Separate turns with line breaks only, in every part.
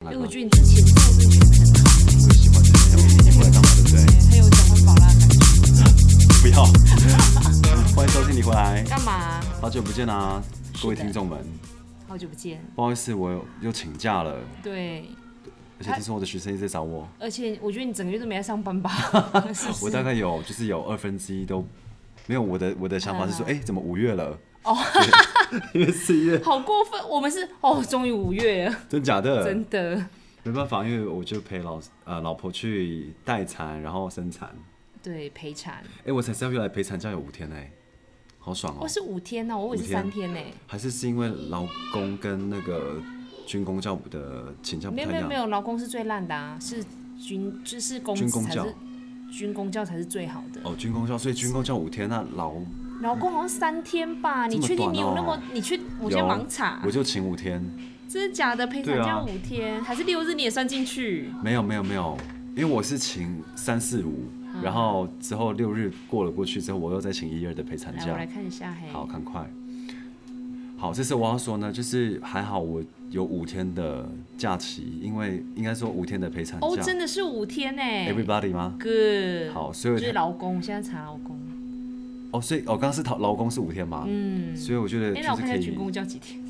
我喜欢这样，你过来干
觉得你之前做的真的很好，
嘛？对不对？
很有蒋万宝拉的感觉。
不 要。欢迎收听你回来，
干嘛？
好久不见啊，各位
是的
听众们，
好久不见。
不好意思，我又请假了，
对，
而且听说我的学生一直在找我，
而且我觉得你整个月都没在上班吧？是哎不 是？
我大概有就是有二分之一都没有。我的我的想法是说，哎、怎么五月了？
嗯哦，
因为四月，
好过分！我们是哦，终于五 月了，
真假的？
真的。
没办法，因为我就陪老呃老婆去待产，然后生产。
对，陪产，
哎、我才三月来陪产假有五天哎、好爽哦、
我是五天呢、我以为是
五天
三天呢、
还是是因为劳工跟那个军工教的请假不
没
太一
有没有
样
没，有，劳工是最烂的啊，是军就是公
军工
才
教
是军工教才是最好的。
哦，军工教，所以军工教五天，那劳
劳工好像三天吧？
这
你
么
确定你有那么
短？
你去我先
有
盲查
我，就请五天，
真的假的？陪产
对啊
假五天、还是六日你也算进去？
没有没有没有，因为我是请三四五，
啊
然后之后六日过了过去之后，我又再请一二的陪产
来，我
假
来，看一下嘿。
好，赶快。好，这次我要说呢，就是还好我有五天的假期，因为应该说五天的陪产假、
哦，真的是五天呢、
everybody 吗？
Good，
好，所以
就是劳工，我现在查劳工。
哦，所以哦，刚刚是讨劳工是五天嘛，
嗯，
所以我觉得
哎、那
就
我
是可
看一下
以
军，工叫几天，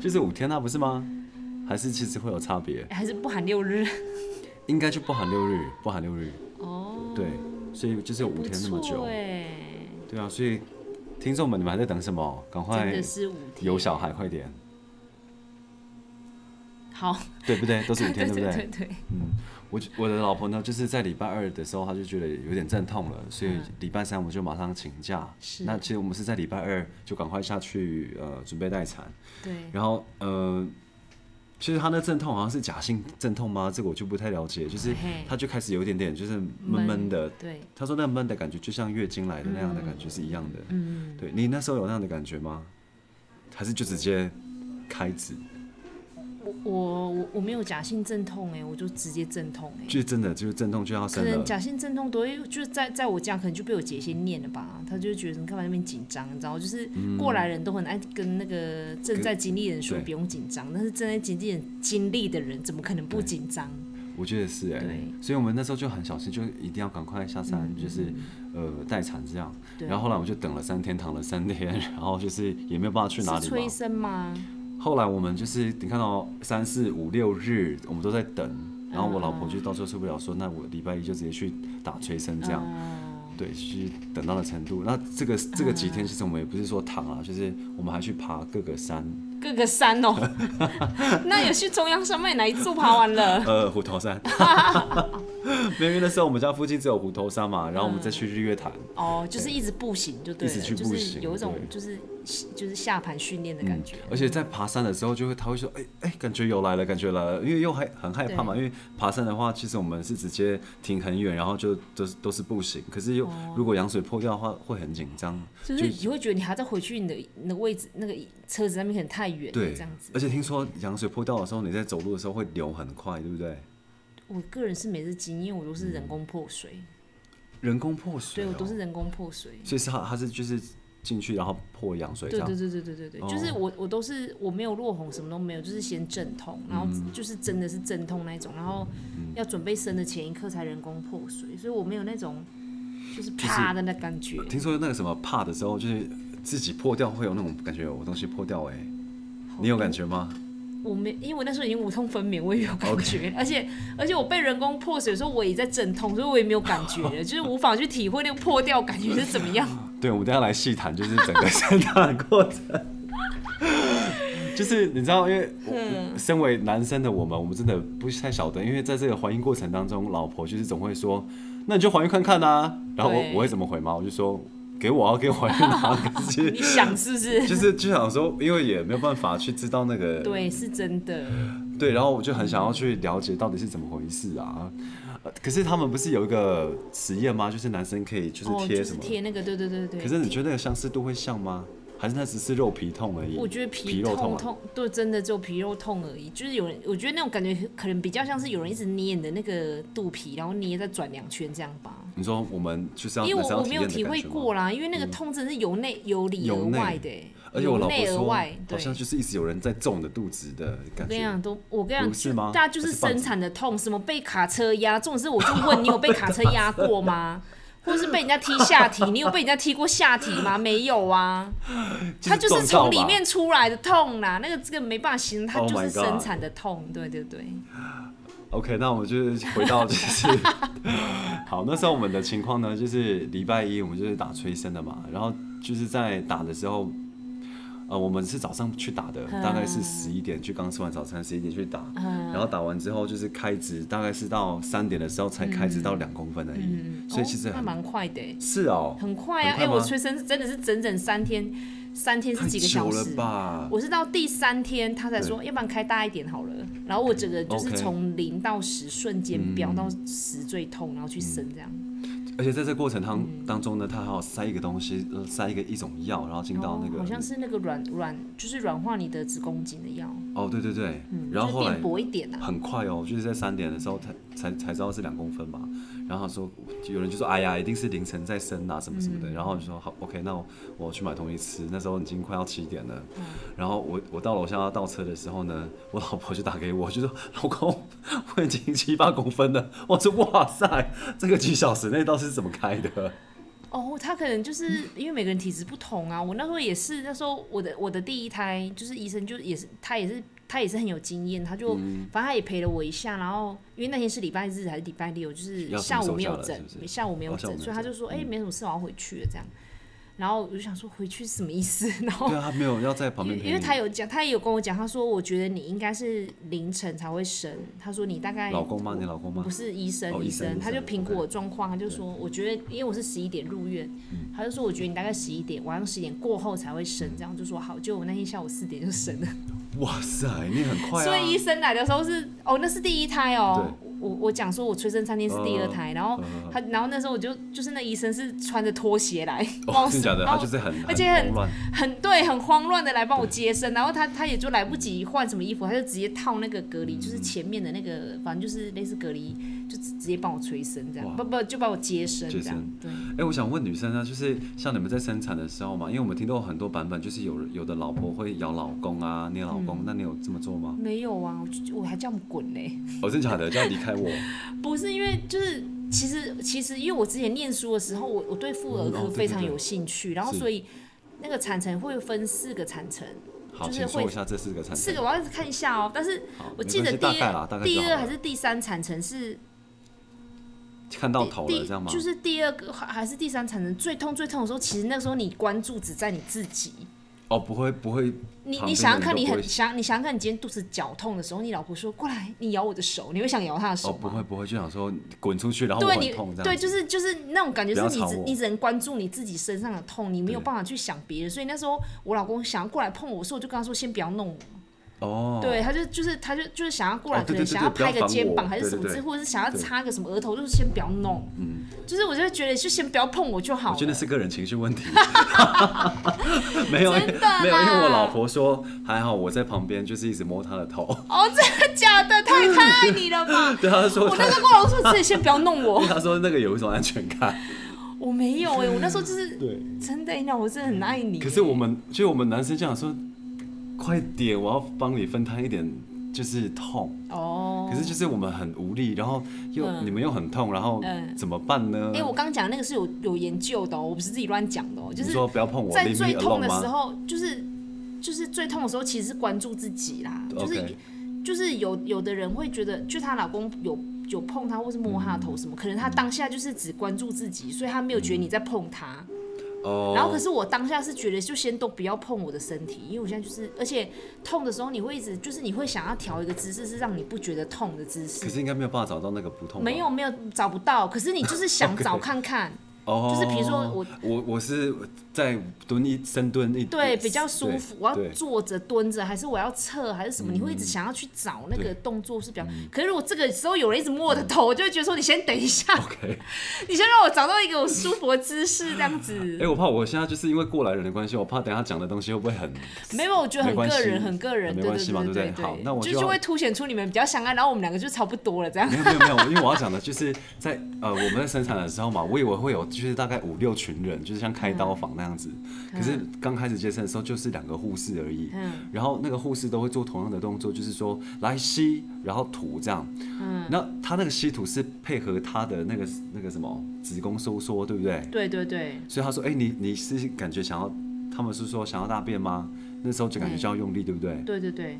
就是五天啊，不是吗？还是其实会有差别，
哎还是不含六日？
应该就不含六日，不含六日，
哦，
对，所以就是有五
不
天那么
错
久，
哎，
对啊，所以听众们你们还在等什么？赶
真
快
的是五天。
有小孩，快点，
好，
对不 对？都是五天，
对
对不对？
对对，
嗯，我就我的老婆呢，就是在礼拜二的时候，她就觉得有点阵痛了，所以礼拜三我就马上请假。
嗯是
那其实我们是在礼拜二就赶快下去呃准备待产，
对
然后呃，其实她那阵痛好像是假性阵痛吗？这个我就不太了解，就是
嘿
她就开始有一点点就是闷闷的。
对，
她说那闷的感觉就像月经来的那样的感觉是一样的。
嗯，
对你那时候有那样的感觉吗？还是就直接开指？
我我我我没有假性阵痛哎、我就直接阵痛哎、
就真的就是阵痛就要
可
生
能
了。
假性阵痛都会，就是在在我家可能就被我姐先念了吧，她就觉得你干嘛那边紧张，你知道，就是过来人都很爱跟那个正在经历的人说
对
不用紧张，但是正在经历人经历的人怎么可能不紧张？
我觉得是哎、
对嗯
所以我们那时候就很小心，就一定要赶快下山，就是呃待产这样。
对，
然后后来我就等了三天，躺了三天， 然后就是也没有办法去哪
是
里
催
嘛。
生吗？
后来我们就是你看到三四五六日，我们都在等，然后我老婆就到时候受不了说，那我礼拜一就直接去打催生这样。
嗯
对，就是等到的程度。那这个这个几天，其实我们也不是说躺啊，就是我们还去爬各个山，
各个山哦， 那有去中央山脉哪一处爬完了？
呃，虎头山。 没有，因为那时候我们家附近只有虎头山嘛，然后我们再去日月潭。
哦，就是一直步行就对
一
了，
直去
就
步
是
行
有一种
对嗯
就是就是下盘训练的感觉。
而且在爬山的时候，就会他会说，哎、哎、感觉有来了，感觉来了，因为又害很害怕嘛。因为爬山的话，其实我们是直接停很远，然后就都是都是步行。可是又、如果羊水破掉的话，会很紧张。
哦就是你会觉得你还在回去你的你的位置那个车子那边可能太远了，
对
这样子，
而。且听说羊水破掉的时候，你在走路的时候会流很快，对不对？
我个人是每次经验，我都是人工破水，
人工破水、
对
嗯哦
我都是人工破水。
所以是他他是就是进去然后破羊水这
对
样
对。对对对对对，
哦
就是我我都是我没有落红，什么都没有，就是先阵痛，然后
嗯
就是真的是阵痛那一种，然后要准备生的前一刻才人工破水，所以我没有那种就是啪的那感觉。
听说那个什么怕的时候，就是自己破掉会有那种感觉，有东西破掉哎、你有感觉吗？
我没，因为我那时候已经无痛分娩，我也有感觉 而且而且我被人工破水的时候，我也在阵痛，所以我也没有感觉 了，就是无法去体会那个破掉感觉是怎么样。
对，我们等一下来细谈，就是整个 生产过程。就是你知道，因为
嗯
我身为男生的我们，我们真的不太晓得，因为在这个怀孕过程当中，老婆就是总会说：“那你就怀孕看看啊。”然后我
对
我会怎么回吗？我就说：“给我啊，给我怀孕啊。” 可 是
你想是不 是？
就是就想说，因为也没有办法去知道那个
对，是真的。
对，然后我就很想要去了解到底是怎么回事啊。呃可是他们不是有一个实验吗？就是男生可以就
哦，
是贴
就
什
是
么？
贴那个，对对对对。
可是你觉得那个相似度会像吗？还是那只是肉皮痛而已？
我觉得
皮
皮
肉痛
痛
啊
痛，对，真的就皮肉痛而已。就是有人，我觉得那种感觉可能比较像是有人一直捏你的那个肚皮，然后捏再转两圈这样吧。
你说我们就是要
因为
男生要
我我
体
没有
验
体
的感
会
觉吗嗯
过啦，因为那个痛真的是由内由里
由
而
内
外的欸、
而且我老婆
由内而
说
外，
好
对啊
像就是一直有人在揍你的肚子的感
我跟
觉
你讲，。都我跟你讲，
不是吗
就大家就
还
是
是棒
生
子
产的痛，什么被卡车压，重点是我就问你有被卡车压过吗？ 或是被人家踢下体，你有被人家踢过下体吗？没有啊，它就
撞
是
到
从里
吧
面出来的痛啦，那个这个没办法形容，它
Oh
就是
my
生
God
产的痛，对对对，
OK，那我们就是回到就是， 好，那时候我们的情况呢，就是礼拜一我们就是打催生的嘛，然后就是在打的时候，呃，我们是早上去打的，大概
嗯
是十一点去刚吃完早餐，十一点去打，然后打完之后就是开指，大概是到三点的时候才开指到两公分而已，
嗯，
所以
哦
其实
那
很、
蛮快的欸，
是哦，
很快啊，
很
哎、
快
我
吗
催生是真的是整整三天，三天是
太
几个
久
小
了
时？
吧？
我是到第三天，他才说，要不然开大一点好了。然后我整个就是
OK 嗯
从零到十瞬间飙到十最痛，然后去生这样。
而且在这过程当
嗯
当中呢，他还要塞一个东西，呃塞一个一种药，然后进到那
哦
个
好像是那个软软，就是软化你的子宫颈的药，
哦，对对对，然后
嗯就是
后来
变薄一点啊。
很快哦，就是在三点的时候才才才知道是两公分嘛。然后他说，有人就说，哎呀，一定是凌晨在生啊，什么什么的。
嗯
然后我就说，好，OK，那我我去买东西吃。那时候已经快要七点了。
嗯
然后我我到楼下要倒车的时候呢， 我老婆就打给我，就说，老公，我已经七八公分了。我说，哇塞，这个几小时内到底是怎么开的？
哦，他可能就是 因为每个人体质不同啊。我那时候也是，那时候我的我的第一胎就是医生就也是他也是他也是很有经验，他就、
嗯
反正他也陪了我一下。然后因为那天是礼拜日还是礼拜六，就是
要
下午没
什
有
么时候下
诊
来是不，是
下午没有
哦下午没
诊，
有
所以他就
诊
说哎、没什么事，我要回去了这样。然后我就想说回去是什么意思？ 然后
对啊，他没有要在旁边陪
因
你。
因为他有讲，他也有跟我讲，他说我觉得你应该是凌晨才会生，他说你大概
老公吗？你老公吗
不？是医生，
哦
医
医生医生
他就评估
OK
我状况，他就说我觉得因为我是十一点入院，
嗯
他就说我觉得你大概十一点晚上十一点过后才会生，这样就说好，就我那天下午四点就 生了，
哇塞，你很快啊！
所以医生来的时候是哦那是第一胎哦，我我讲说我催生三天是第
嗯
二胎，然后他然后那时候我就就是那医生是穿着拖鞋来，
哦，真的假的？
帮
他
我
就是很
而且很
慌乱。
很对，很慌乱的来帮我接生，然后他他也就来不及换什么衣服，他就直接套那个隔离，就是前面的那个，反正就是类似隔离，就直直接帮我催生这样，
哇
不不就把我接生这
接
样
生，
对，
哎、我想问女生啊，就是像你们在生产的时候嘛，因为我们听到很多版本，就是有有的老婆会咬老公啊，捏老
嗯
公，那你有这么做吗？
没有啊，我就我还叫他们滚嘞，
哦，真 假的，就要离开我，
不是因为就是其实其实因为我之前念书的时候，我我对妇儿
嗯哦
科
对
非
对
常
对
有兴趣，然后
是
所以那个产程会分四个产程，
好，
就是
请
会
说一下这四个产
四
生。
个我要看一下哦，但是
好
我
没
记
关
得
系
第
大概
二
啦，大概
第
就好
二
了
还是第三产程是
看到头
第
了这样吗？
就是第二个还还是第三产生最痛最痛的时候，其实那时候你关注只在你自己。
哦，不会不会，
你
旁边的
你想想看，
人都
你
不会
很想你想想看，你今天肚子绞痛的时候，你老婆说过来，你咬我的手，你会想咬她的
哦
手
不
吗？
会不会，就想说滚出去，然后我
对
很痛
你
这样。
对，就是就是那种感觉，
不要
是你
吵
只
我
你只能关注你自己身上的痛，你没有
对
办法去想别人。所以那时候我老公想要过来碰我，所以我就跟他说先不要弄我。
哦，
对，他就就是他就就是想要过来，
哦
可
对
能
对对
想要
对不要
拍个
烦
肩
我
膀还是
对
什么
对
之，
对
或者是想要
对
擦个什么额头，就是先不要弄。嗯，就是我就会觉得就先不要碰我就好
我
了
觉。得是个人情绪 问题， 没有因为
真的啦
没有，因为我老婆说还好我在旁边，就是一直摸她的头，
哦，真的假的？太太爱你了吧！
对她说
我
她
那时候跟我老公说，自己先不要弄我。
她说那个有一种安全感，
我没有哎、我那时候就是
对。
真的，那我真的很爱你欸、
可是我们就我们男生这样说，快点，我要帮你分摊一点，就是痛。
哦，
可是就是我们很无力，然后又、
嗯
你们又很痛，然后
嗯
怎么办呢？
哎、我刚讲那个是有有研究的、哦，我不是自己乱讲的哦、就
你
是
说不要碰我，
在
leave me
最痛
alone
的时
吗，
候，就是就是最痛的时候，其实是关注自己啦，就是
OK
就是有有的人会觉得，就她老公有有碰她或是摸她的头什么，可能她当下就是只关注自己，所以她没有觉得你在碰她。
哦，
然后可是我当下是觉得就先都不要碰我的身体，因为我现在就是，而且痛的时候你会一直就是你会想要调一个姿势是让你不觉得痛的姿势
可，是应该没有办法找到那个不痛吧，
没有没有找不到，可是 你就是想找看看，
哦，
就是比如说我
我我是在蹲一深蹲一
对比较舒服，我要
对嗯
坐着蹲着还是我要侧还是什么，你会一直想要去找那个
对嗯
动作是比较，可是如果这个时候有人一直摸我的头，我就会觉得说你先等一下，
OK。
你先让我找到一个我舒服的姿势这样子
哎、。 我怕我现在就是因为过来人的关系，我怕等一下讲的东西会不会很
没有，我觉得很
没关
个
系
人，很个人，
没
对
关
对
系嘛
对
对不
对
对好那我
就
就要
就会凸显出你们比较相爱，然后我们两个就差不多了这样。
没有没有没有，因为我要讲的就是在呃我们在生产的时候嘛，我以为会有就是大概五六群人，就是像开刀房那样子。
嗯
可是刚开始接生的时候，就是两个护士而已。
嗯
然后那个护士都会做同样的动作，就是说来吸，然后吐这样。
嗯，
那他那个吸吐是配合他的那个那个什么子宫收缩，对不对？
对对对，
所以他说，哎、你你是感觉想要，他们是说想要大便吗？那时候就感觉就要用力，对不对？
对对对，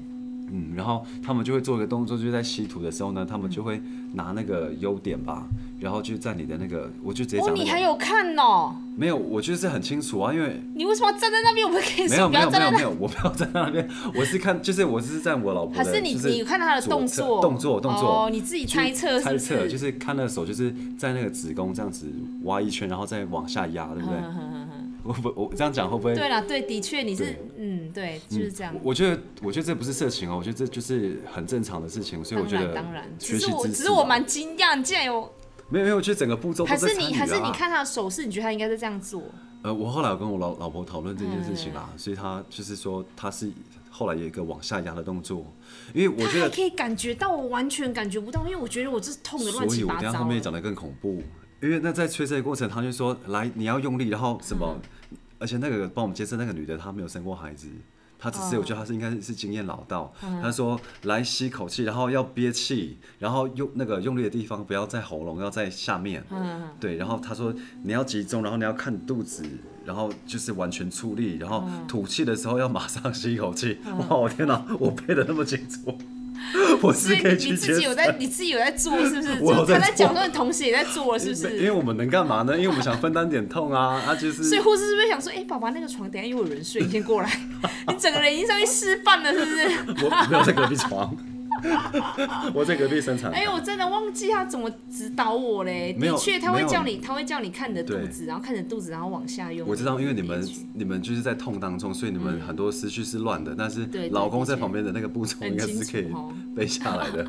嗯，然后他们就会做一个动作，就是在吸吐的时候呢，他们就会拿那个优点吧，然后就在你的那个，我就直接
哦，
讲、那
你
个
还有看哦？
没有，我就是很清楚啊，因为
你为什么要站在那边？我不是跟你
没
说
有
不
没
要
有
站
没
在
有
那
没有，我 不要在那边，我是看，就是我是在我老婆
还
的，
是你
就是
你看他的
左
动
侧
作
动作动作
哦，你自己猜测是
猜
不
测
是？
就是看那个手就是在那个子宫这样子挖一圈，然后再往下压，对不对？
嗯嗯嗯嗯
我不我这样讲会不会
嗯对啦，对，的确你是
对
嗯，对，就是这样
我。我觉得，我觉得这不是色情哦，我觉得这就是很正常的事情，所以我
当
觉得
然当然，
学
只
习
是我
知
只
识
是
啊
我蛮惊讶，你竟然有，
没有没有，我觉得整个步骤都
还
在
是
参
你
与
还是你
啊。
看他的手势，你觉得他应该是这样做？
呃，我后来有跟我老老婆讨论这件事情
嗯
啦，所以她就是说，她是后来有一个往下压的动作，因为我觉
他还
得，
可以感觉到，我完全感觉不到，因为我觉得我这是痛的乱
所以
七
我
八
等一下
糟
后面
了。
讲的更恐怖，因为那在催生的过程，她就说来你要用力，然后什么，
嗯
而且那个帮我们接生那个女的她没有生过孩子。她只是，
哦
我觉得她是应该是经验老道。
嗯
她说来吸口气，然后要憋气，然后用那个用力的地方不要在喉咙，要在下面。
嗯，
对，然后他说你要集中，然后你要看肚子，然后就是完全出力，然后
嗯
吐气的时候要马上吸一口气。哇，我天哪，我背的那么清 楚，我
所
是
以
可以
你
去
你
接
自己有
受。
在你自己有在做是不是？
我有
就
在
他
做
在讲说你同时也在做了是不
因为
是？
我们能干嘛呢？因为我们想分担点痛啊，啊就是
所以护士是不是想说，哎、宝宝那个床等一下又有人睡，你先过来， 你整个人已经上去示范了是不是？
我没有在隔壁床， 我在隔壁生产。
哎、我真的忘记他怎么指导我嘞。
没有
的确，他
没
会
有
叫你，他会叫你看你的肚
对
子，然后看你的肚子，然后往下用力。
我知道，因为你们
憋屈
你们就是在痛当中，所以你们很多思绪是乱的，但是
对对
老公在
的确
旁边的那个步骤
很
应该
清
是可以
楚哦
背下来的。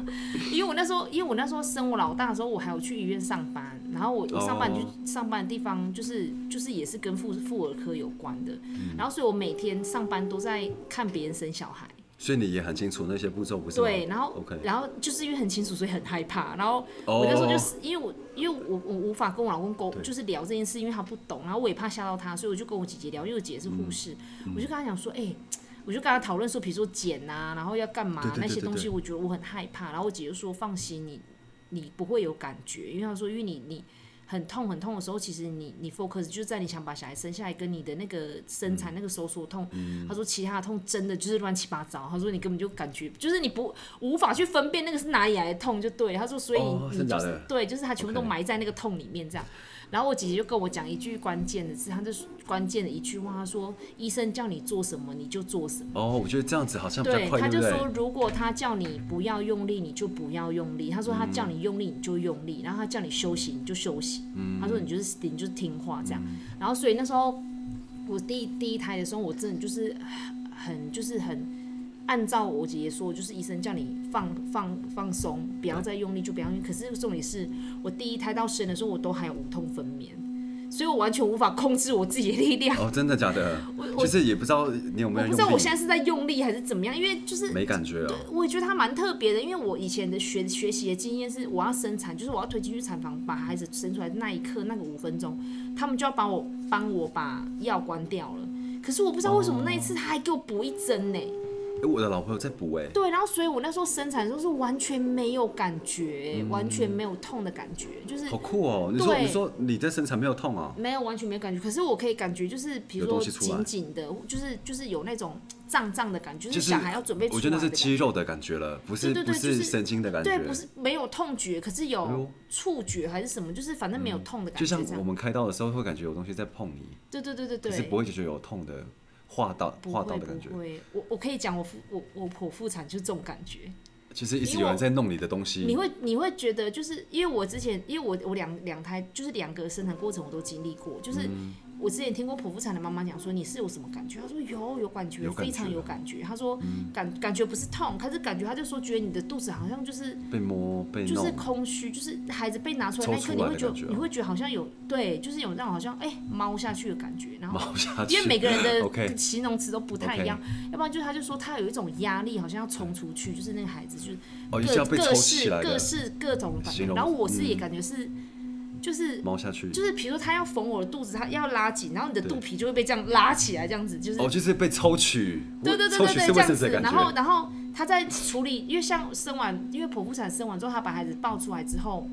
因为我那时候，因为我那时候生我老大的时候，我还有去医院上班，然后我我上班就、
哦
上班的地方就是就是也是跟妇妇儿科有关的，
嗯
然后所以我每天上班都在看别人生小孩，
所以你也很清楚那些步骤，不是吗？
对，然后
OK
然后就是因为很清楚，所以很害怕，然后
哦
我那时候就是、因为我因为我我无法跟我老公沟
对
就是聊这件事，因为他不懂，然后我也怕吓到他，所以我就跟我姐姐聊，因为我姐姐是护
嗯
士，我就跟她讲说，哎、我就跟她讨论说，比如说剪啊，然后要干嘛
对对对
那些东
对
西，我觉得我很害怕。然后我姐就说：“放心，你你不会有感觉，因为她说，因为你你很痛很痛的时候，其实你你 focus 就是在你想把小孩生下来，跟你的那个生
嗯
产、那个收缩痛。她说其他的痛真的就是乱七八糟。她说你根本就感觉就是你不无法去分辨那个是哪里来的痛，就对。她说所以你、
哦
你
真
就
假
是
的
对，就是它全部都
OK
埋在那个痛里面这样。然后我姐姐就跟我讲一句关键的字，她就关键的一句话，她说医生叫你做什么你就做什么。
哦，我觉得这样子好像比较
对，
快，
他
对
就
不
说
对？，
如果他叫你不要用力，你就不要用力。他说
嗯
他叫你用力，你就用力；然后他叫你休息，你就休息。
嗯
他说你就是你就是听话这样。然后所以那时候我第第一胎的时候，我真的就是很就是很按照我姐姐说，就是医生叫你放放放松，不要再用力就不要用力。可是重点是我第一胎到生的时候，我都还有无痛分娩，所以我完全无法控制我自己的力量。
哦，真的假的？就是也不知道你有没
我
有
不
用
知道我
力，
现在是在用力还是怎么样，因为就是
没感觉哦。
我也觉得它蛮特别的，因为我以前的学学习的经验是，我要生产，就是我要推进去产房把孩子生出来的那一刻，那个五分钟，他们就要帮我帮我把药关掉了。可是我不知道为什么那一
哦
次他还给我补一针呢、
哎，我的老朋友在补哎，
对，然后所以我那时候生产的时候是完全没有感觉，完全没有痛的感觉，就是
嗯好酷哦！你说
对
你说你在生产没有痛啊？
没有完全没有感觉。可是我可以感觉就是，比如
有
说
东西出来
紧紧的，就是就是有那种胀胀的感觉，就
就是是
小孩要准备出
我
来
觉
的
得那
感
是
觉。
肌肉的感觉了，不是
对对
不
对就
是
是
神经的感
对，
觉。
不是没有痛觉，可是
哎
有
呦嗯
触觉还是什么，就是反正没有痛的感
就
觉。这
像
样。
我们开刀的时候会感觉有东西在碰你，
对对对对
可
对，
是不会觉得有痛的划到
不
划
会
到的感觉
不。会，我我可以讲我腹我我剖腹产就是这种感觉，
其实一直
因为
有人
我
在弄你的东
你
西，
会你会觉得就是因为我之前因为我我两两胎就是两个生产过程我都经历过，就是。
嗯
我之前听过剖腹产的妈妈讲说你是有什么感觉？她说有有感觉，
有感
非常
觉嗯
有感觉。她说感感觉不是痛，可是感觉她就说觉得你的肚子好像就是
被摸被
就是
弄，
空虚，就是孩子被拿出来那一刻，
抽
你
出来的
会觉得
感觉啊
你会觉得好像有对，就是有那种好像哎猫下去的感觉，然后。
猫下去
因为。每个人
OK
的 形容词都不太一样
OK
要不然就是他就说他有一种压力，好像要冲出去，就是那个孩子就是
哦，一下
各
被
各
抽起
式
来
各
的，
式各种反
形
应。
容嗯
然后我自己也感觉是就是
猫下去，
就是比如说他要缝我的肚子，他要拉紧，然后你的肚皮就会被这样拉起来，这样子就是
哦，就是被抽取，
对对对
抽
对
取是
对，这
卫
样
生纸
子
的。感
然后
觉，
然后他在处理，因为像生完，因为剖腹产生完之后，他把孩子抱出来之后，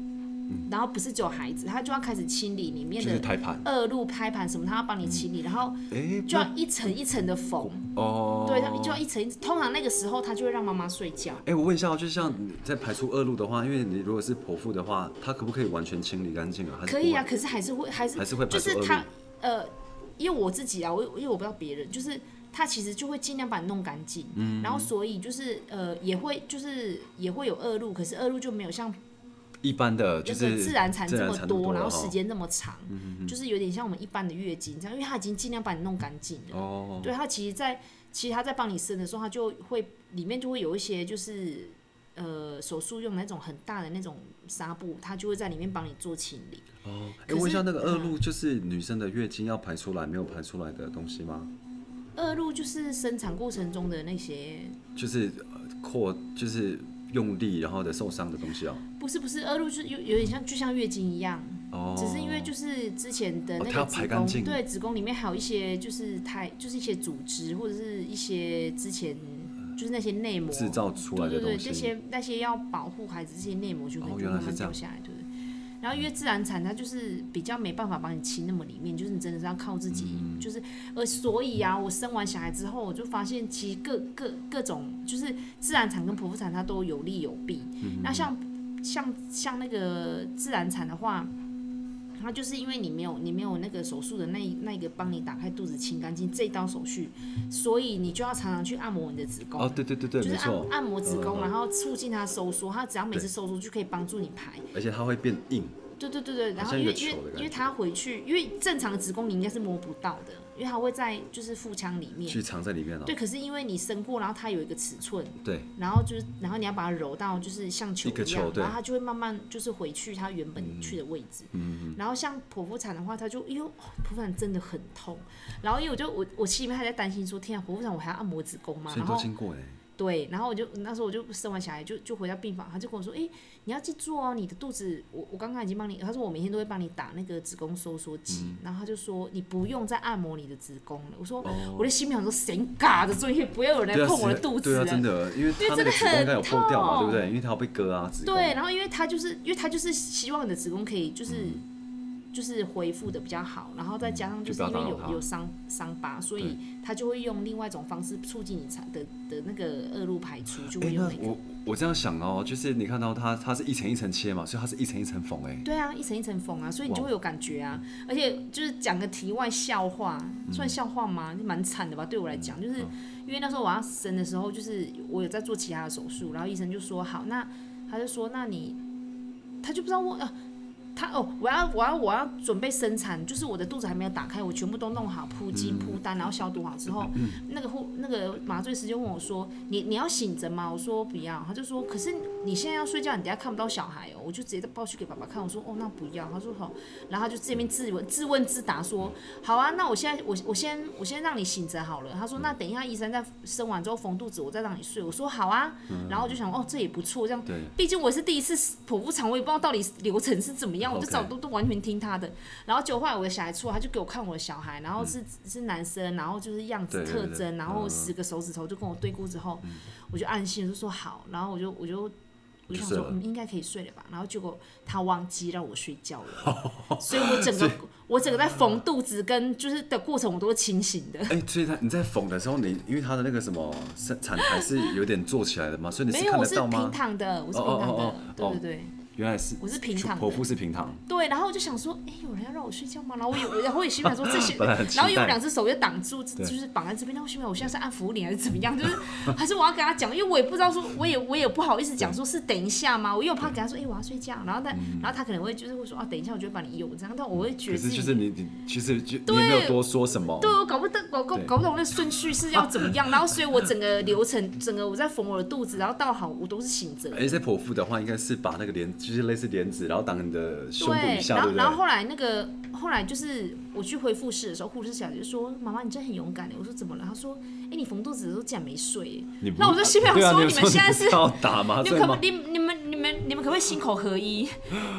然后不是只有孩子，他就要开始清理里面
嗯就是
的
胎盘，嗯
恶露、胎盘什么，他要帮你清理，然后
哎，
呃就要一层一层的缝，
哦，
对，他就要一层一层。通常那个时候他就会让妈妈睡觉。
哎、我问一下哦，就是像你在排出恶露的话，因为你如果是剖腹的话，它可不可以完全清理干净啊？还是
可
不
以
会
啊，，可是还是会还是
还是会排
就是
除恶
他呃，因为我自己啊，我因为我不知道别人，就是他其实就会尽量把你弄干净，
嗯
然后所以就是呃也会就是也会有恶露，可是恶露就没有像
一般的就
那
是
个自然产
自
这么
产
多，
多
然
了
后
哈
时间那么长，就是有点像我们一般的月经这样，因为他已经尽量把你弄干净了。
哦，
对他其实在，其实他在帮你生的时候，他就会里面就会有一些就是呃手术用的那种很大的那种纱布，他就会在里面帮你做清理。
哦，哎、
可
问一下
是嗯
那个恶露，就是女生的月经要排出来没有排出来的东西吗？
恶露就是生产过程中的那些，
就是呃扩，就是用力然后的受伤的东西哦。
不是不是恶露，就是有有点像就像月经一样，
哦，
只是因为就是之前的
哦
那
它
个
要
子
排
宫，
干净
对子宫里面还有一些就是胎，就是一些组织或者是一些之前就是那些内膜
制造出来
对
的
对
东
对，
西。
这些那些要保护孩子这些内膜就可
哦
能就
原来
慢
是
慢
这
掉
样
下来，对不对？然后因为自然产它就是比较没办法帮你清那么里面，就是你真的是要靠自己，
嗯
就是呃，所以啊，我生完小孩之后，我就发现其实各各各种就是自然产跟剖腹产它都有利有弊。那像像像那个自然产的话。它就是因为你没有你没有那个手术的那一那一个帮你打开肚子清干净这一道手续，所以你就要常常去按摩你的子宫。
哦，对对对对，
就是
没
按
错，
按摩子宫，
嗯
然后促进它收缩，它只要每次
对
收缩就可以帮助你排。
而且它会变硬。
对对对对，然
好
后
像一
因
个
为因为
球的感觉
因为它回去，因为正常的子宫你应该是摸不到的，因为它会在就是腹腔里面
去。藏在里面了、哦
对，可是因为你生过，然后它有一个尺寸，
对，
然后就是然后你要把它揉到就是像球
一个
一样，
球对嗯
然后它就会慢慢就是回去它原本去的位置。然后像剖腹产的话，它就哎呦，哦剖腹产真的很痛。然后因为我就我我心里面还在担心说，天啊，剖腹产我还要按摩子宫吗？
所以
然
你
后
都经过哎、
对，然后我就那时候我就生完小孩就就回到病房，他就跟我说：“哎、你要记住哦，你的肚子，我我刚刚已经帮你，他说我每天都会帮你打那个子宫收缩剂，
嗯
然后他就说你不用再按摩你的子宫了。”我说：“我的心里想说，谁嘎的，所以不要有人
哦对
来
啊，
碰我
是
的肚子
对
了。
啊，真的，因为它那个子宫应该有破掉嘛，对不对？因为它要被割啊，子宫。
对，然后因为他就是因为他就是希望你的子宫可以就是、就是恢复的比较好，然后再加上
嗯就
就
不要
是因为
打扰
有
它
有伤伤疤，所以他就会用另外一种方式促进你产的的那个恶露排出，就
哎、
会用
那
那个。
我我这样想哦，就是你看到它，它是一层一层切嘛，所以它是一层一层缝哎、
对啊，一层一层缝啊，所以你就
哇嗯
会有感觉啊。而且就是讲个题外笑话，算笑话吗？就蛮惨的吧，对我来讲，就是因为那时候我要生的时候，就是我有在做其他的手术，然后医生就说好，那他就说那你，他就不知道我呃。他哦，我要我要我要准备生产，就是我的肚子还没有打开，我全部都弄好铺巾铺单，然后消毒好之后，那个护那个麻醉师就问我说：“你你要醒着吗？”我说：“不要。”他就说：“可是你现在要睡觉，你等下看不到小孩哦。”我就直接抱去给爸爸看，我说：“哦，那不要。”他说：“好。”然后他就这边自问自问自答说：“好啊，那我现在我我先我先让你醒着好了。”他说：“那等一下医生在生完之后缝肚子，我再让你睡。”我说：“好啊。”然后我就想：“哦，这也不错，这样
对，
毕竟我是第一次剖腹产，我也不知道到底流程是怎么样，我就
OK
早都都完全听他的。然后结果后来我的小孩出来，他就给我看我的小孩，然后是、是男生，然后就是样子
对对
特
对
征，然后
嗯
十个手指头就跟我对过之后，我就按心就说好，然后我就我就我就想
就睡
说
了
嗯应该可以睡了吧，然后结果他忘记让我睡觉 了，所以我整个我整个在缝肚子跟就是的过程我都是清醒的。
哎、所以它你在缝的时候，你因为它的那个什么生产台是有点做起来的嘛，所以你
没
是
有，
看
我
得
是
到
平
吗？
躺的，我是
哦
平
哦
躺的，
哦哦
对
哦
对对。
原来是
我是平躺的
剖腹是平躺，
对，然后我就想说，哎、有人要让我睡觉吗？然后我有，然后我也心 里想说这些，
本来很期
然后有
待
两只手就挡住，就是绑在这边。然后我心里想我现在是按服务铃还是怎么样？就是还是我要跟他讲，因为我也不知道说，我也我也不好意思讲说是等一下吗？我又怕给他说，哎、我要睡觉。然后但然后他可能会就是会说，哦、等一下，我就会把你有这样，但我会
嗯可
觉得
是
自己
就是你你其实就你也没有多说什么，
对我搞不懂，搞搞
对
搞不懂那顺序是要怎么 样。然后所以我整个流程，整个我在缝我的肚子，然后倒好，我都是醒着的。
而且哎在剖腹的话，应该是把那个帘，就是类似帘子，然后挡你的胸部
对
以，下，
然
对
后
不
然后
对？
后来那个后来就是我去回复室的时候，护士小姐就说：“妈妈，你真的很勇敢的。”欸我说：“怎么了？”她说：“哎，你缝肚子的时候竟然没睡耶。欸
你”不
那我就心里想
对啊
说：“
有
你
说
们现在
你不是
是
要打麻
你们
醉
可不
吗？
你你们你们你你们可不可以心口合一？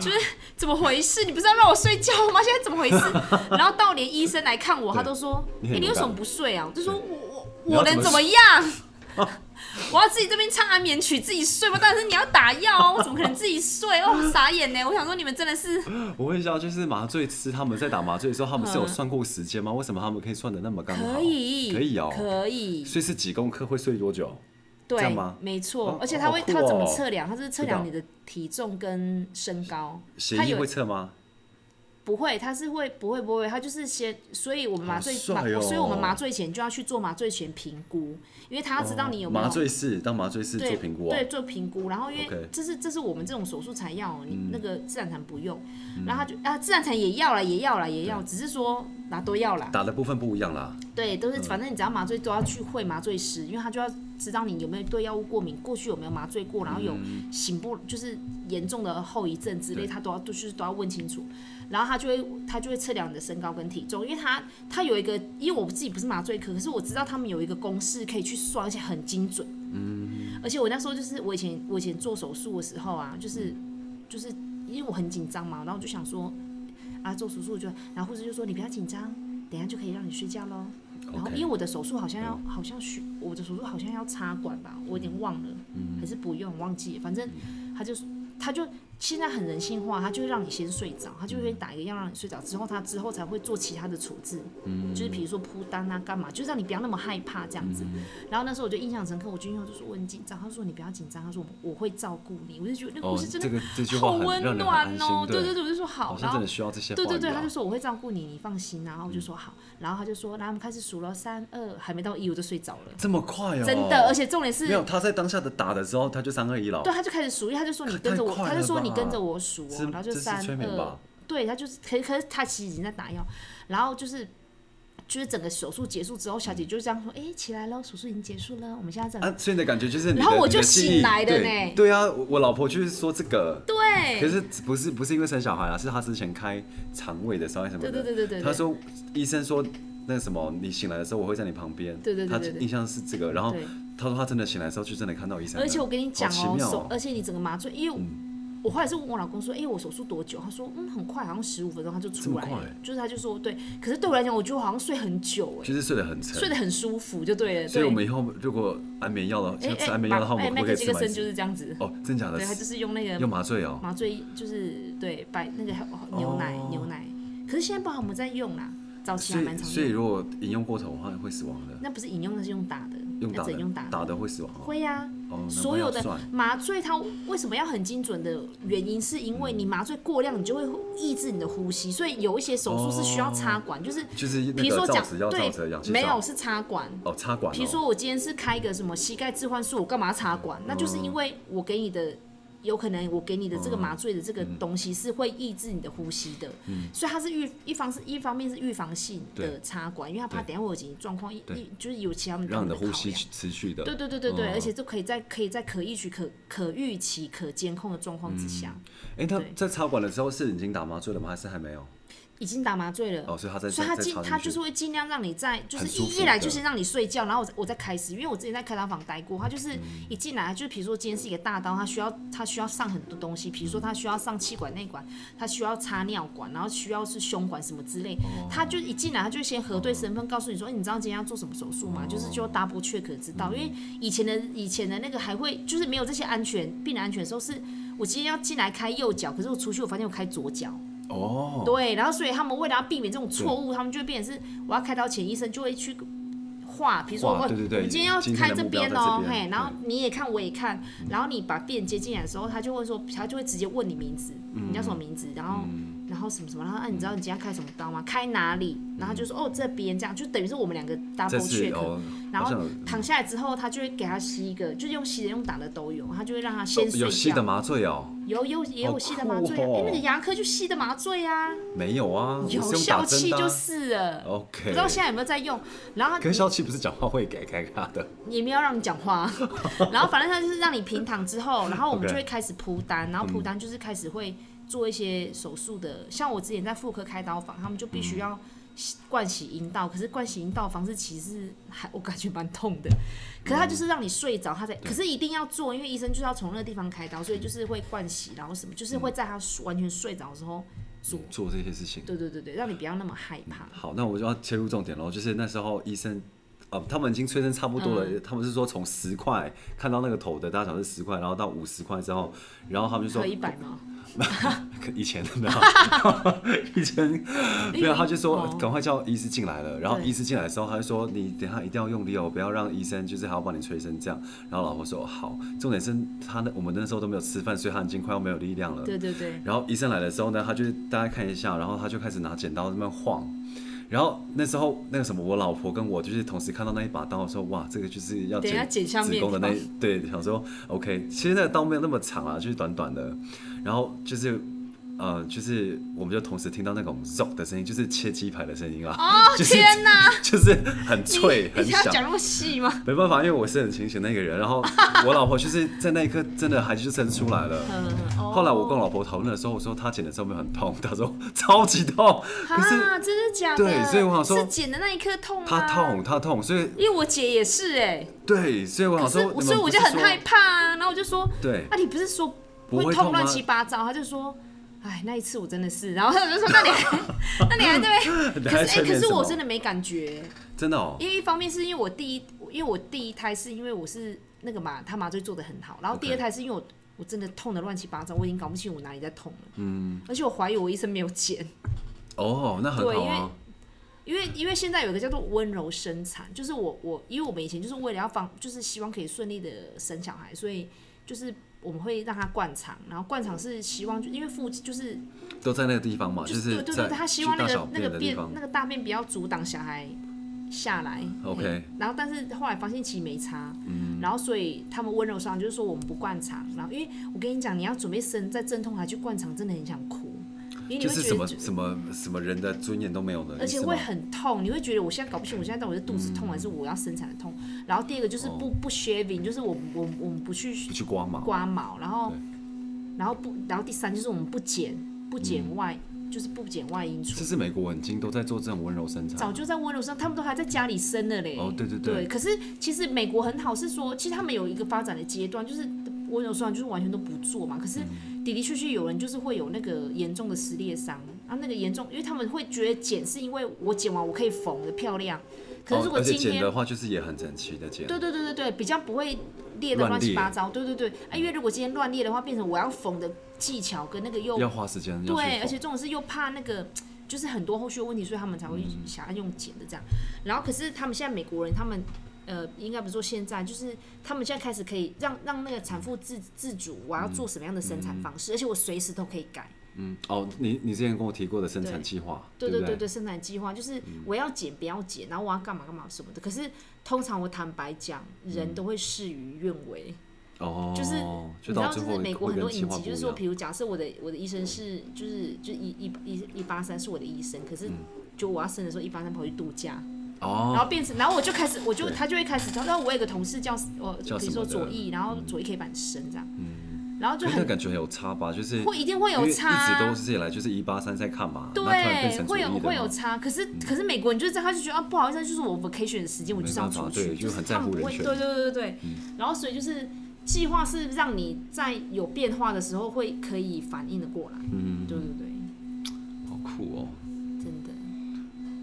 就是怎么回事？你不是要让我睡觉吗？现在怎么回事？然后到连医生来看我，他都说：“
你
哎、
很
你为
勇
什
敢
么不睡啊？”我就说：“我
你
我
要
我
怎
能
么
怎么样？ 我要自己这边唱安眠曲自己睡吗？但是你要打药啊，我怎么可能自己睡？哦，傻眼呢！我想说你们真的是
我问一下，就是麻醉师他们在打麻醉的时候，他们是有算过时间吗？为什么他们可以算的那么刚好？
嗯可以，
可以哦。
可以，
所以是几公克会睡多久？这
对
样吗，
没错
哦。
而且他会，
好酷
他怎么
哦
测量？他是测
知
量
道
你的体重跟身高。
协
他
议
有
会测吗？
不会，他是会不会不会，他就是先，所以我们麻醉、
好
麻
帅哦
所以我们麻醉前就要去做麻醉前评估，因为他要知道你有没有、
哦麻醉师当麻醉师
对
做评估啊
对，做评估，然后因为
OK 嗯
这是这是我们这种手术才要，你那个自然产不用，然后他就啊自然产也要了，也要了，也要，只是说哪都要啦，
打的部分不一样啦。
对，都是反正你只要麻醉都要去会麻醉师，因为他就要知道你有没有对药物过敏，过去有没有麻醉过，然后有醒不就是严重的后遗症之类，
对
他都要都是都要问清楚。然后他就会他就会测量你的身高跟体重，因为他他有一个，因为我自己不是麻醉科，可是我知道他们有一个公式可以去算，而且很精准。嗯，而且我那时候就是我以前我以前做手术的时候啊，就是就是因为我很紧张嘛，然后我就想说啊做手术就，然后护士就说你不要紧张，等一下就可以让你睡觉喽。然后
OK
因为我的手术好像要，好像需我的手术好像要插管吧，我有点忘了，还是不用忘记了，反正他就他就现在很人性化，他就会让你先睡着，他就会打一个药让你睡着，之后他之后才会做其他的处置，
嗯
就是比如说铺单啊干嘛，就是让你不要那么害怕这样子。
嗯
然后那时候我就印象深刻，我军友就说我很紧张，他说你不要紧张，他说我我会照顾你，我就觉得那个
哦
故事，真
这
的
个这句
好
话很
温
让人很安
暖哦，
心，
对对，对，我就说好
好，
然
像
后
真的需要这些话
对
语啊。
对对，他就说我会照顾你，你放心啊。然后我就说好，然后他就说，然后我们开始数了三二，还没到一我就睡着了，
这么快哦，
真的。而且重点是
没，有他在当下的打的时候，他就三二一了
对，。他就开始数，因为他就说你跟着我，
太快了
他就说你
吧
跟着我数哦
是，
然后就
这是
三
催眠
二
吧，
对他就是，可可是他其实已经在打药，然后就是。就是整个手术结束之后，小姐就这样说：“哎、起来喽，手术已经结束了，我们现在怎
嗯
么？”
啊，所以你的感觉就是你的，
然后我
你
就
的记忆
醒来了
对
呢
对啊，我我老婆就是说这个，
对，
可是不是不是因为生小孩啊，是她之前开肠胃的时候还是什么的，
对对对对对对
她说医生说那个什么，你醒来的时候我会在你旁边，
对对对对对
她印象是这个，然后
对
她说她真的醒来的时候就真的看到医生了，
而且我跟你讲
哦好
哦，
奇妙
手
哦，嗯
而且你整个麻醉，因为我,、后来是问我老公说，哎、我手术多久？他说，嗯，很快，好像十五分钟他就
这
出
么
来
快
了，就是他就说对。可是对我来讲，我觉得我好像睡很久哎、
就是睡得很
睡
沉，
得很舒服就对了。
所以
对
我们以后如果安眠药了，
哎
像
哎
吃安眠药的话，我
哎
们
麦
会可
克
以
杰
吃
克
满
森就
一
是这样子，
哦，真假的
对，他就是用那
用
个
麻醉哦，
麻醉，就是对，把那个牛奶、
哦
牛奶。可是现在不知道有没有在用啦，早期
所
还蛮
以
常
所以
用。
如果饮用过头的话会死亡的，
那不是饮用，那是用打的，
用
那
打
整
的
用打的。
打的会死亡哦，
会呀、
哦难怪
所有
要
的
算
麻醉它为什么要很精准的原因，是因为你麻醉过量，你就会抑制你的呼吸，所以有一些手术是需要插管，就是
就是那
比如说
个
讲
造纸要造纸的氧
对，
气
没有
罩
是插管。
哦插管哦，
比如说我今天是开一个什么膝盖置换术，我干嘛插管？那就是
嗯
因为我给你的。有可能我给你的这个麻醉的这
嗯
个东西是会抑制你的呼吸的，所以它是预一方是一方面是预防性的
对
插管，因为它怕
对
等一下会有紧急状况，一
对
一就是有其他们
让你的
考
呼吸
量
持持续的，
对对对对对，
嗯
而且都可以在可以在可预期、可可预期、可监控的状况之下，
哎、他
对
在插管的时候是已经打麻醉了吗？还是还没有？
已经打麻醉了。
哦，所以他在
所以他
在在
尽
插
他
进
就
去
是。会尽量让你在，就是
很舒
一
服
一来
的
就是让你睡觉，然后我再我再开始，因为我之前在开刀房待过，他就是
嗯
一进来就是比如说今天是一个大刀，他需要他需要上很多东西，比如说他需要上气管内管，他需要插尿管，然后需要是胸管什么之类，
哦
他就一进来他就先核
嗯
对身份，告诉你说，哎，你知道今天要做什么手术吗？就是就
哦
double check 知道，因为
嗯
以前的以前的那个还会就是没有这些安全病人安全的时候是。我今天要进来开右脚，可是我出去我发现我开左脚，
哦，
对，然后所以他们为了要避免这种错误，他们就会变成是我要开刀前，医生就会去画，比如说
画
我
对对对
我们今天要
今天
开
的
这
目标
边
在
哦
这，边嗯
嘿，然后你也看我也看，然后你把病人接进来的时候，他就会说，他就会直接问你名字，你
嗯
叫什么名字，然后。然后什么什么，然后啊，你知道你今天要开什么刀吗？开哪里？然后他就说哦这边这样，就等于是我们两个
嗯
double
这次
check，、
哦，
然
好
后
像有
躺下来之后，他就会给他吸一个，就是用吸的、用打的都有，他就会让他先
哦
睡觉。
有吸的麻醉哦，
有有也有
好
吸的
酷
麻醉啊，哎、
哦
那个牙科就吸的麻醉啊，
没有啊，
有
我是用
笑
打针
气
的啊、
就是了。不
OK
知。道现在有没有在用，然后
跟消气不是讲话会给给他的，
你也没有让你讲 话，啊然后反正他就是让你平躺之后，然后我们
OK 嗯
就会开始铺单，然后铺单
嗯
就是开始会做一些手术的，像我之前在妇科开刀房，他们就必须要灌洗阴道，可是灌洗阴道方式其实还我感觉蛮痛的，可是他
嗯
就是让你睡着，他才可是一定要做，因为医生就是要从那个地方开刀，所以就是会灌洗，然后什么，就是
嗯
会在他完全睡着的时候做。
做这些事情。
对对对对，让你不要那么害怕。
好，那我就要切入重点喽，就是那时候医生，呃，他们已经催生差不多了，
嗯
他们是说从十块看到那个头的大小是十块，然后到五十块之后，然后他们就说
喝一百吗？
以前的， 以前没有，他就说
哦
赶快叫医师进来了。然后
对
医师进来的时候，他就说你等一下一定要用力哦，不要让医生就是还要帮你催生这样。然后老婆说好，重点是他那我们那时候都没有吃饭，所以他已经快要没有力量了。
对对对，
然后医生来的时候呢，他就大家看一下，然后他就开始拿剪刀在那边晃。然后那时候那个什么，我老婆跟我就是同时看到那一把刀的时候，哇，这个就是要
等一下剪下
子
面
宫的那
条
对，想说 OK，其实那个刀没有那么长啊，就是短短的。然后就是呃，就是我们就同时听到那种肉的声音，就是切鸡排的声音啊，
哦
就是
天哪，
就是很脆
你
很
你要
响
讲。那么细吗？
没办法，因为我是很清醒的那个人。然后我老婆就是在那一刻真的孩子就生出来了。
嗯，哦
后来我跟我老婆讨论的时候，我说她剪的时候没有很痛，她说超级痛，可是
啊，真的假的？
对所以我想说
是剪的那一刻痛吗？
她，
啊
痛她痛，所以
因为我姐也是哎，
对，所以我
可
想
是
说，
我所以我就很害怕啊，然后我就说，
对
啊，你不是说
不会痛
痛
吗
乱七八糟？他就说。哎，那一次我真的是，然后他就说：“那你还， 那你还 对？
你
可
还
是哎、
催眠
可是
什么
我真的没感觉，
真的哦，
因为一方面是因为我第一，因为我第一胎是因为我是那个嘛，他麻醉做的很好，然后
OK
第二胎是因为我我真的痛的乱七八糟，我已经搞不清我哪里在痛了，嗯，而且我怀疑我医生没有剪，
哦，那很
对
好
因为
啊，
因为因为现在有一个叫做温柔生产，就是我我因为我们以前就是为了要防，就是希望可以顺利的生小孩，所以就是我们会让他灌肠，然后灌肠是希望就因为腹肌就是
都在那个地方嘛，
就
就是是
对对
在
对，他希望那
大小
个那
便
个
的地
便
方
那个大便不要阻挡小孩下来。
OK 嗯
嘿然后但是后来发现其实没差，然后所以他们温柔上就是说我们不灌肠，然后因为我跟你讲，你要准备生在阵痛还去灌肠，真的很想哭，因为你
就
会
是
觉
什
得
么什么什么人的尊严都没有的，
而且
是吗嗯
会很痛，你会觉得我现在搞不清，我现在到底是肚子痛还是我要生产的痛。然后第二个就是
哦
不、不 shaving，就是我们我们我们不去
不去刮毛，
刮毛，然后
对
然后不，然后第三就是我们不剪不
嗯
剪外，就是不剪外阴处
这。是美国已经都在做这种温柔生产
早，就在温柔上，他们都还在家里生了嘞。
哦对对对
对，可是其实美国很好，是说其实他们有一个发展的阶段，就是温柔上就是完全都不做嘛。可是
嗯
的的确确有人就是会有那个严重的撕裂伤啊，那个严重，因为他们会觉得剪是因为我剪完我可以缝的漂亮，可是如
哦
果
而且
今
剪
天、
的话就是也很整齐的剪，
对对对对对，比较不会裂的
乱
乱
裂
七八糟。对对对，啊，因为如果今天乱裂的话，变成我要缝的技巧跟那个又
要花时间，要去
对，
缝
而且这种是又怕那个就是很多后续的问题，所以他们才会想要用剪的这样。然后可是他们现在美国人，他们呃，应该不是说现在，就是他们现在开始可以让让那个产妇自自主，我要做什么样的生产方式，而且我随时都可以改。
嗯哦，你你之前跟我提过的生产
对
计划，
对
不
对对对，生产计划就是我要减不要减，然后我要干嘛干嘛什么的。可是通常我坦白讲，人都会事与愿违。
哦，
就是
就
你知
到
道，
最
就
后
是美国
会
很
跟
多
计
影
划
集，
不
就是
一
说，
样。嗯
比如假设我的我的医生是就是就一一一一八三是我的医生，可是就我要生的时候，一八三跑去度假，然
哦，
后变成，然后我就开始，我就
对
他就会开始讲，那我有个同事叫我，
叫
比如
什么
说
的嗯
左翼，然后左翼可以把你生这样，然后就
可是那
很
感觉很有差吧，就是
会一定会
因
有
为一
差，啊
直都是以来就是一八三在看嘛，那突然变
对，
成
会有
主义的
会有
嘛
差，可是可是美国人就是这样，他就觉得啊不好意思，就是我 vacation 的时间我就是要
没办
出
法对
去，
就
就是
很在
他们
乎
不
人
会，
权嗯
对对对对对，然后所以就是计划是让你在有变化的时候会可以反应的过来，嗯，对对对，
好酷哦。
真的，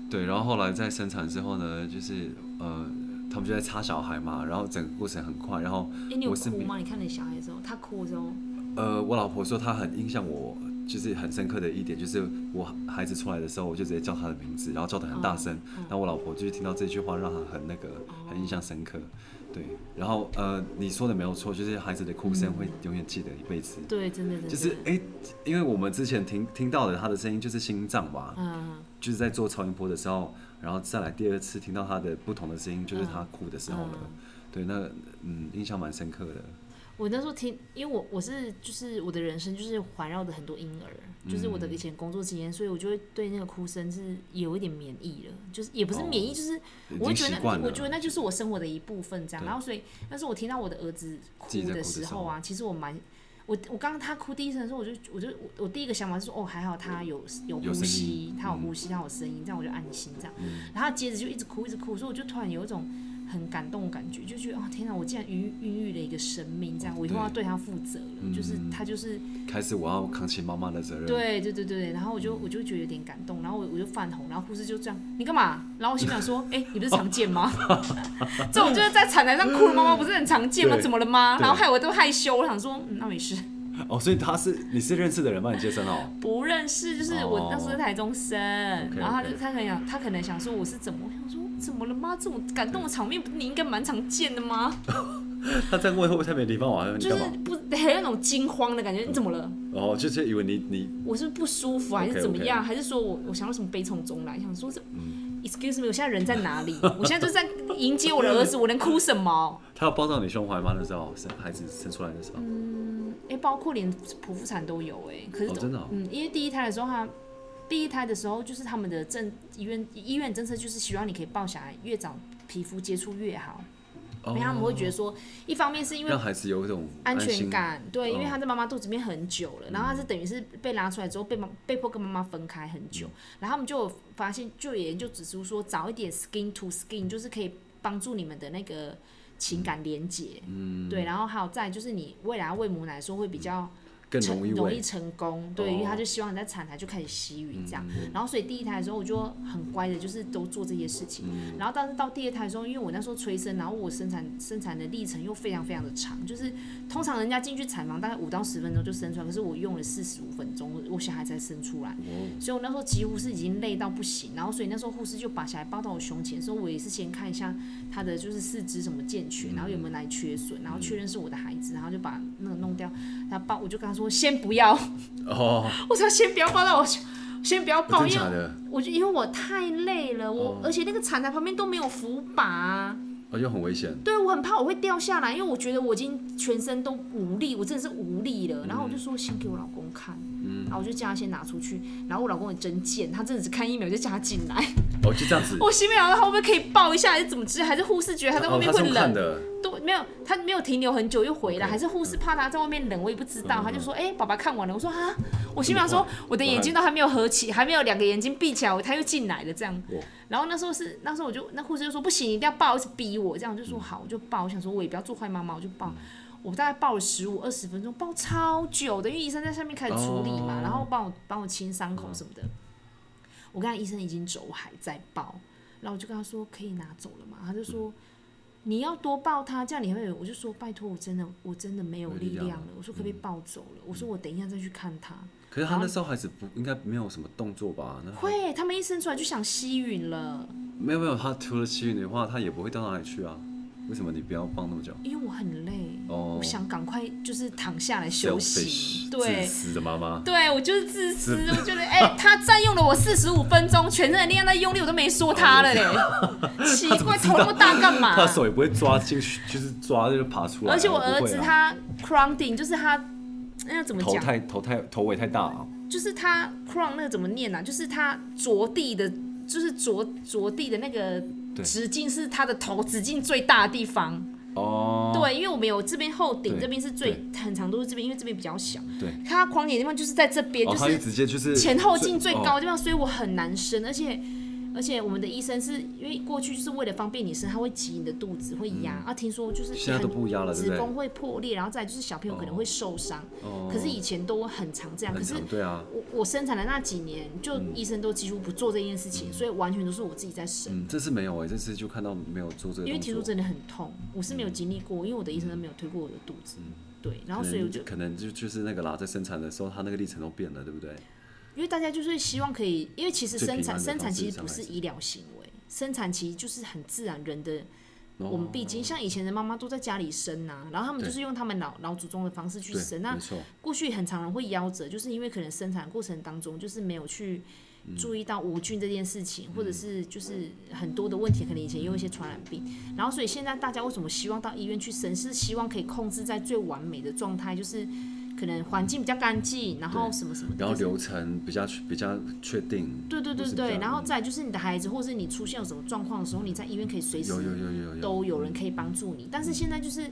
对，然后后来在生产之后呢，就是呃，他们就在插小孩嘛，然后整个过程很快，然后
哎，你有
我是
哭
没
吗？你看你小孩的时候，他哭的时候，
呃，我老婆说她很印象我，就是很深刻的一点，就是我孩子出来的时候，我就直接叫她的名字，然后叫得很大
嗯
声，然后我老婆就是听到这句话，让她很那个，很印象深刻。对，然后呃，你说的没有错，就是孩子的哭声会永远记得一辈子。
对，真的真的，
就是哎、因为我们之前听听到的他的声音就是心脏嘛，
嗯，
就是在做超音波的时候，然后再来第二次听到他的不同的声音，就是
嗯
他哭的时候了。对，那嗯，印象蛮深刻的。
我那时候听，因为我我是就是我的人生就是环绕着很多婴
嗯
儿，就是我的以前工作经验，所以我就会对那个哭声是有一点免疫了，就是也不是
哦
免疫，就是
已
我会
经
觉
习
得
惯
那
了。
我觉得那就是我生活的一部分这样。然后所以，但是我听到我的儿子
自己在哭
哭的
的时
时候啊，其实我蛮我我刚刚他哭第一声的时候，我就我就我我第一个想法是说，哦，还好他有有
有
呼
声
吸
音，嗯
他有呼吸，他有声音，这样我就安心这样。然后接着就一直哭，一直哭，所以我就突然有一种很感动的感觉，就觉得哦天哪，我竟然孕孕育了一个生命，
哦
这样我以后要对他负责
嗯
了，就是他就是
开始我要扛起妈妈的责任。，
对对对对，然后我就我就觉得有点感动，然后我我就泛红，然后护士就这样，你干嘛？然后我心想说，哎、你不是常见吗？ 这种就是在产台上哭的妈妈不是很常见吗？
对
怎么了吗？
对
然后害我都害羞，我想说，嗯，那没事，
哦，所以他是你是认识的人帮你接生哦，
不认识，就是我
哦
那时候在台中生，
OK，
然后他就
OK
他可能想他可能想说我是怎么，我想说怎么了吗？这种感动的场面不是你应该蛮常见的吗？
他这样问会不会太没礼貌啊？你
就是
干嘛？
不还有那种惊慌的感觉，你怎么了？
哦，就是以为你你
我是不是不舒服啊还是怎么
OK，OK
样还是说我我想到什么悲从中来，想说这、excuse
嗯
me，我现在人在哪里？我现在就是在迎接我的儿子，我能哭什 么？
他要抱到你胸怀吗？那时候生孩子生出来的时候，
哎、包括连剖腹产都有哎、可是、
哦真的哦
嗯，因为第一胎的时候他。第一胎的时候，就是他们的政医院医院政策就是希望你可以抱小孩，越早皮肤接触越好，
哦
因为他们会觉得说，一方面是因为
让孩子有一种
安全
心，
感，对，因为
哦
他在妈妈肚子里面很久了，然后他是等于是被拉出来之后被妈被迫跟妈妈分开很久，然后他们就有发现，就有研究指出说，早一点 skin to skin 就是可以帮助你们的那个情感连结，嗯，对，然后还有再就是你未来要喂母奶的时候会比较
更
成
容易
容易
喂。
成功，对，
哦嗯
因为他就希望你在产台就开始吸吮这样，然后所以第一胎的时候我就很乖的，就是都做这些事情，
嗯
然后但是到第二胎的时候，因为我那时候催生，然后我生产生产的历程又非常非常的长，就是通常人家进去产房大概五到十分钟就生出来，可是我用了四十五分钟，我小孩才生出来，
哦
所以我那时候几乎是已经累到不行，然后所以那时候护士就把小孩抱到我胸前的时候，我也是先看一下他的就是四肢什么健
嗯
全，然后有没有哪里缺损，然后确认是我的孩子，然后就把那个弄掉，然后抱我就跟他说先不要，
哦，
我说先不要抱到我胸，先不要抱，
真
因为
假的？
我就因为我太累了，我、
哦
而且那个产台旁边都没有扶把啊、
哦，又很危险。
对我很怕我会掉下来，因为我觉得我已经全身都无力，我真的是无力了。然后我就
嗯
说先给我老公看，然后我就叫他先拿出去，然后我老公也真贱，他真的只看一秒就叫他进来，
哦，就这样子。
我心里想说他会不会可以抱一下，还是怎么之类，还是护士觉得他在外
哦，
面
他
会
是用看
冷，
的。
都没有，他没有停留很久又回来
OK，
还是护士怕他在外面冷，我也不知道，
嗯
他就说：“哎、爸爸看完了。”我 说：“啊，我心里想
这么
说
快，
我的眼睛都还没有合起，还没有两个眼睛闭起来，他又进来了这样
哇。”
然后那时候是那时候我就那护士就说：“不行，一定要抱，一直逼我。”这样我就说：“好，我就抱。”我想说我也不要做坏妈妈，我就
嗯
抱。我大概抱了十五二十分钟，抱超久的，因为医生在下面开始处理
哦
嘛，然后帮我帮我清伤口什么的。我跟他医生已经走海在抱，然后我就跟他说可以拿走了嘛，他就说。你要多抱他，这样你会有。我就说拜托，我真的我真的没有
没
力
力量
量了
了。嗯
我说可不可以抱走了？我说我等一下再去看他。
可是他那时候孩子不应该没有什么动作吧？那
会，他们一生出来就想吸吮了，
没有没有，他除了吸吮的话，他也不会掉到哪里去啊。为什么你不要放那么久？
因为我很累，
哦
我想赶快就是躺下来休
Selfish，
息。
自
对。
私的妈妈。
对，我就是自私，我觉得哎、他占用了我四十五分钟，全身的力量在用力，我都没说他了嘞，
哦
奇怪，头那么大干 嘛？
他手也不会抓进去，就是抓就爬出来啊。
啊而且我儿
不会
子
啊
他 crown i n g 就是他，那要怎么
头
讲？
太头太头尾太大啊。
就是他 crown 那个怎么念啊？就是他着地的，就是着着地的那个
对
直径是他的头直径最大的地方。
哦，
对，因为我们有这边后顶，
对
这边是最很长都是这边，因为这边比较小。
对，
他狂点的地方就是在这边，
哦，
就
他就是直接就是
前后径最高
哦
的地方，所以我很难伸，而且。而且我们的医生是因为过去就是为了方便你生，他会挤你的肚子，会压、啊。听说就是
嗯现在都
很
不压了对不
子
对
宫会破裂，然后再来就是小朋友可能会受伤。
哦
可是以前都很常这样，可
很
是
长，对啊，
我我生产的那几年，就
嗯
医生都几乎不做这件事情，所以完全都是我自己在生。
嗯，这次没有哎，这次就看到没有做这个动作，嗯
因为提出真的很痛，我是没有经历过，因为我的医生都没有推过我的肚子，对，然后所以我就，
嗯可能就就是那个啦，在生产的时候，他那个历程都变了，对不对？
因为大家就是希望可以，因为其实
最
生
平安
产
的
生
方
产
式
其实
上
不
来
是
是
医疗行为，生产其实就是很自然人的，
哦
我们必经，像以前的妈妈都在家里生呐、然后他们就
对
是用他们老老祖宗的方式去
对，
生，那
没错，
过去很常人会夭折，就是因为可能生产过程当中就是没有去
嗯
注意到无菌这件事情，或者是就是很多的问题，可能以前有一些传染病，然后所以现在大家为什么希望到医院去生，是希望可以控制在最完美的状态，就是可能环境比较干净，然后什么什么的，
然后
可是
流程比较比较确定，
对对
就
对
是比较嗯
对，然后再来就是你的孩子，或是你出现有什么状况的时候，你在医院可以随时
有有有有有嗯
都有人可以帮助你。但是现在就是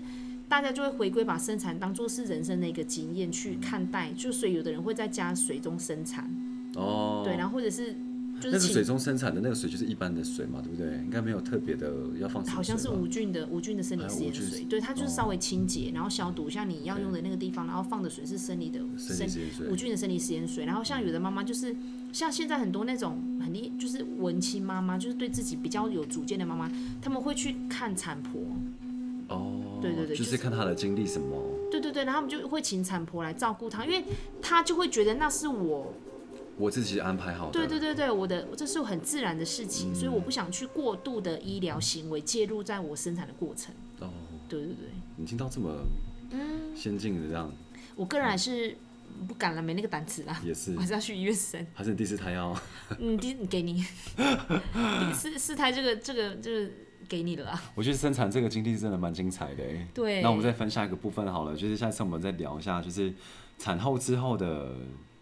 大家就会回归把生产当做是人生的一个经验去看待，就所以有的人会在家水中生产，
哦，
对，然后或者是就
那
是
个水
请
中生产的那个水就是一般的水嘛，对不对？应该没有特别的要放什么水吧
好像是无菌的无菌的生理
还有
食
无
盐
菌
水，
是
对，它就是稍微清洁，然后消毒一下你要
OK
用的那个地方，然后放的水是生理的
生理食盐水
无，菌的生理食盐水。然后像有的妈妈就是像现在很多那种很厉，就是文青妈妈，就是对自己比较有主见的妈妈，他们会去看产婆，
哦，
对对对
就
就
是
是
看他的经历什么，
对对对，然后他们就会请产婆来照顾她，因为她就会觉得那是我，
我自己安排好的，嗯
对对对对，我的这是很自然的事情，所以我不想去过度的医疗行为介入在我生产的过程。
哦，
对嗯对对，
你听到这么先进的这样，
我个人还是不敢了，没那个胆子啦，
也是
我还，是要去医院生。
还是你第四胎要
嗯，第给你第四四胎这个这个就是给你了啦。
我觉得生产这个经历真的蛮精彩的诶。
对
那我们再分下一个部分好了，就是下次我们再聊一下，就是产后之后的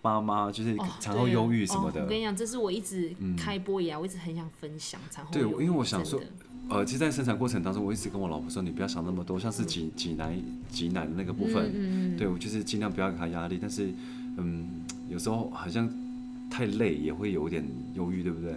妈妈，就是
哦，
产后
对
忧郁什么的。嗯
哦。我跟你讲，这是我一直开播以来，我一直很想分享产后
对
忧郁
因为我想说
真的
呃，其实，在生产过程当中，我一直跟我老婆说，你不要想那么多，像是挤挤奶、挤奶的那个部分，
嗯
对我就是尽量不要给她压力。但是，嗯，有时候好像太累也会有点忧郁，对不对？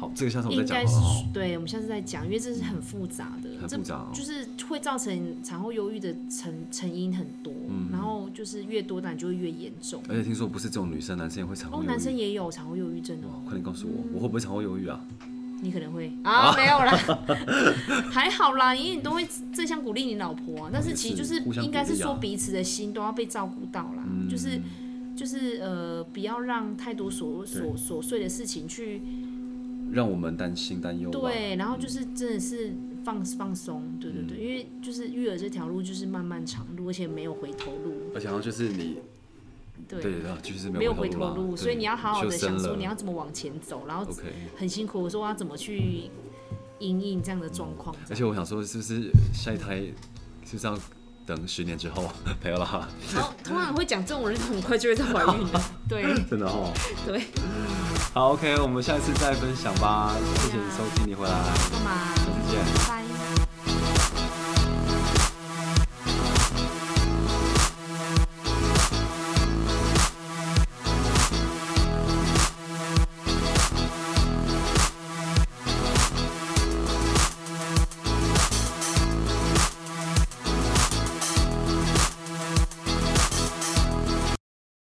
好，这个下次我
应
们再
该
讲
是
好不好？
对，我们下次再讲，因为这是很复杂的，
很
这
复杂哦
就是会造成产后忧郁的成成因很多，
嗯
然后就是越多，但就会越严重。
而且听说不是这种女生，男生也会产后
哦，
忧郁。
男生也有产后忧郁症
哇
哦，
快点告诉我，我会不会产后忧郁啊？
你可能会啊，没有啦， 还好啦，因为你都会正向鼓励你老婆啊，但是其实就是
也是互相鼓励啊嗯
应该是说彼此的心都要被照顾到啦，就是就是呃，不要让太多琐琐琐碎的事情去
让我们担心担忧吧。
对，然后就是真的是放放松，对对对，
嗯
因为就是育儿这条路就是漫漫长路，而且没有回头路，
而且好像就是你
对，
对啊，就是没
没有
有
回
啦
头路，
啊对
所以你要好好的
就生
想说
了
你要怎么往前走，然后
OK。
很辛苦，我说我要怎么去应应这样的状况，
而且我想说，是不是下一胎是不是要等十年之后？ 没有啦，
然 后通常会讲这种人很快就会在怀孕了，对
真的哦。
对，
好，OK，我们下次再分享吧。谢谢你收听，你回来，
干嘛？
下次见。
拜拜。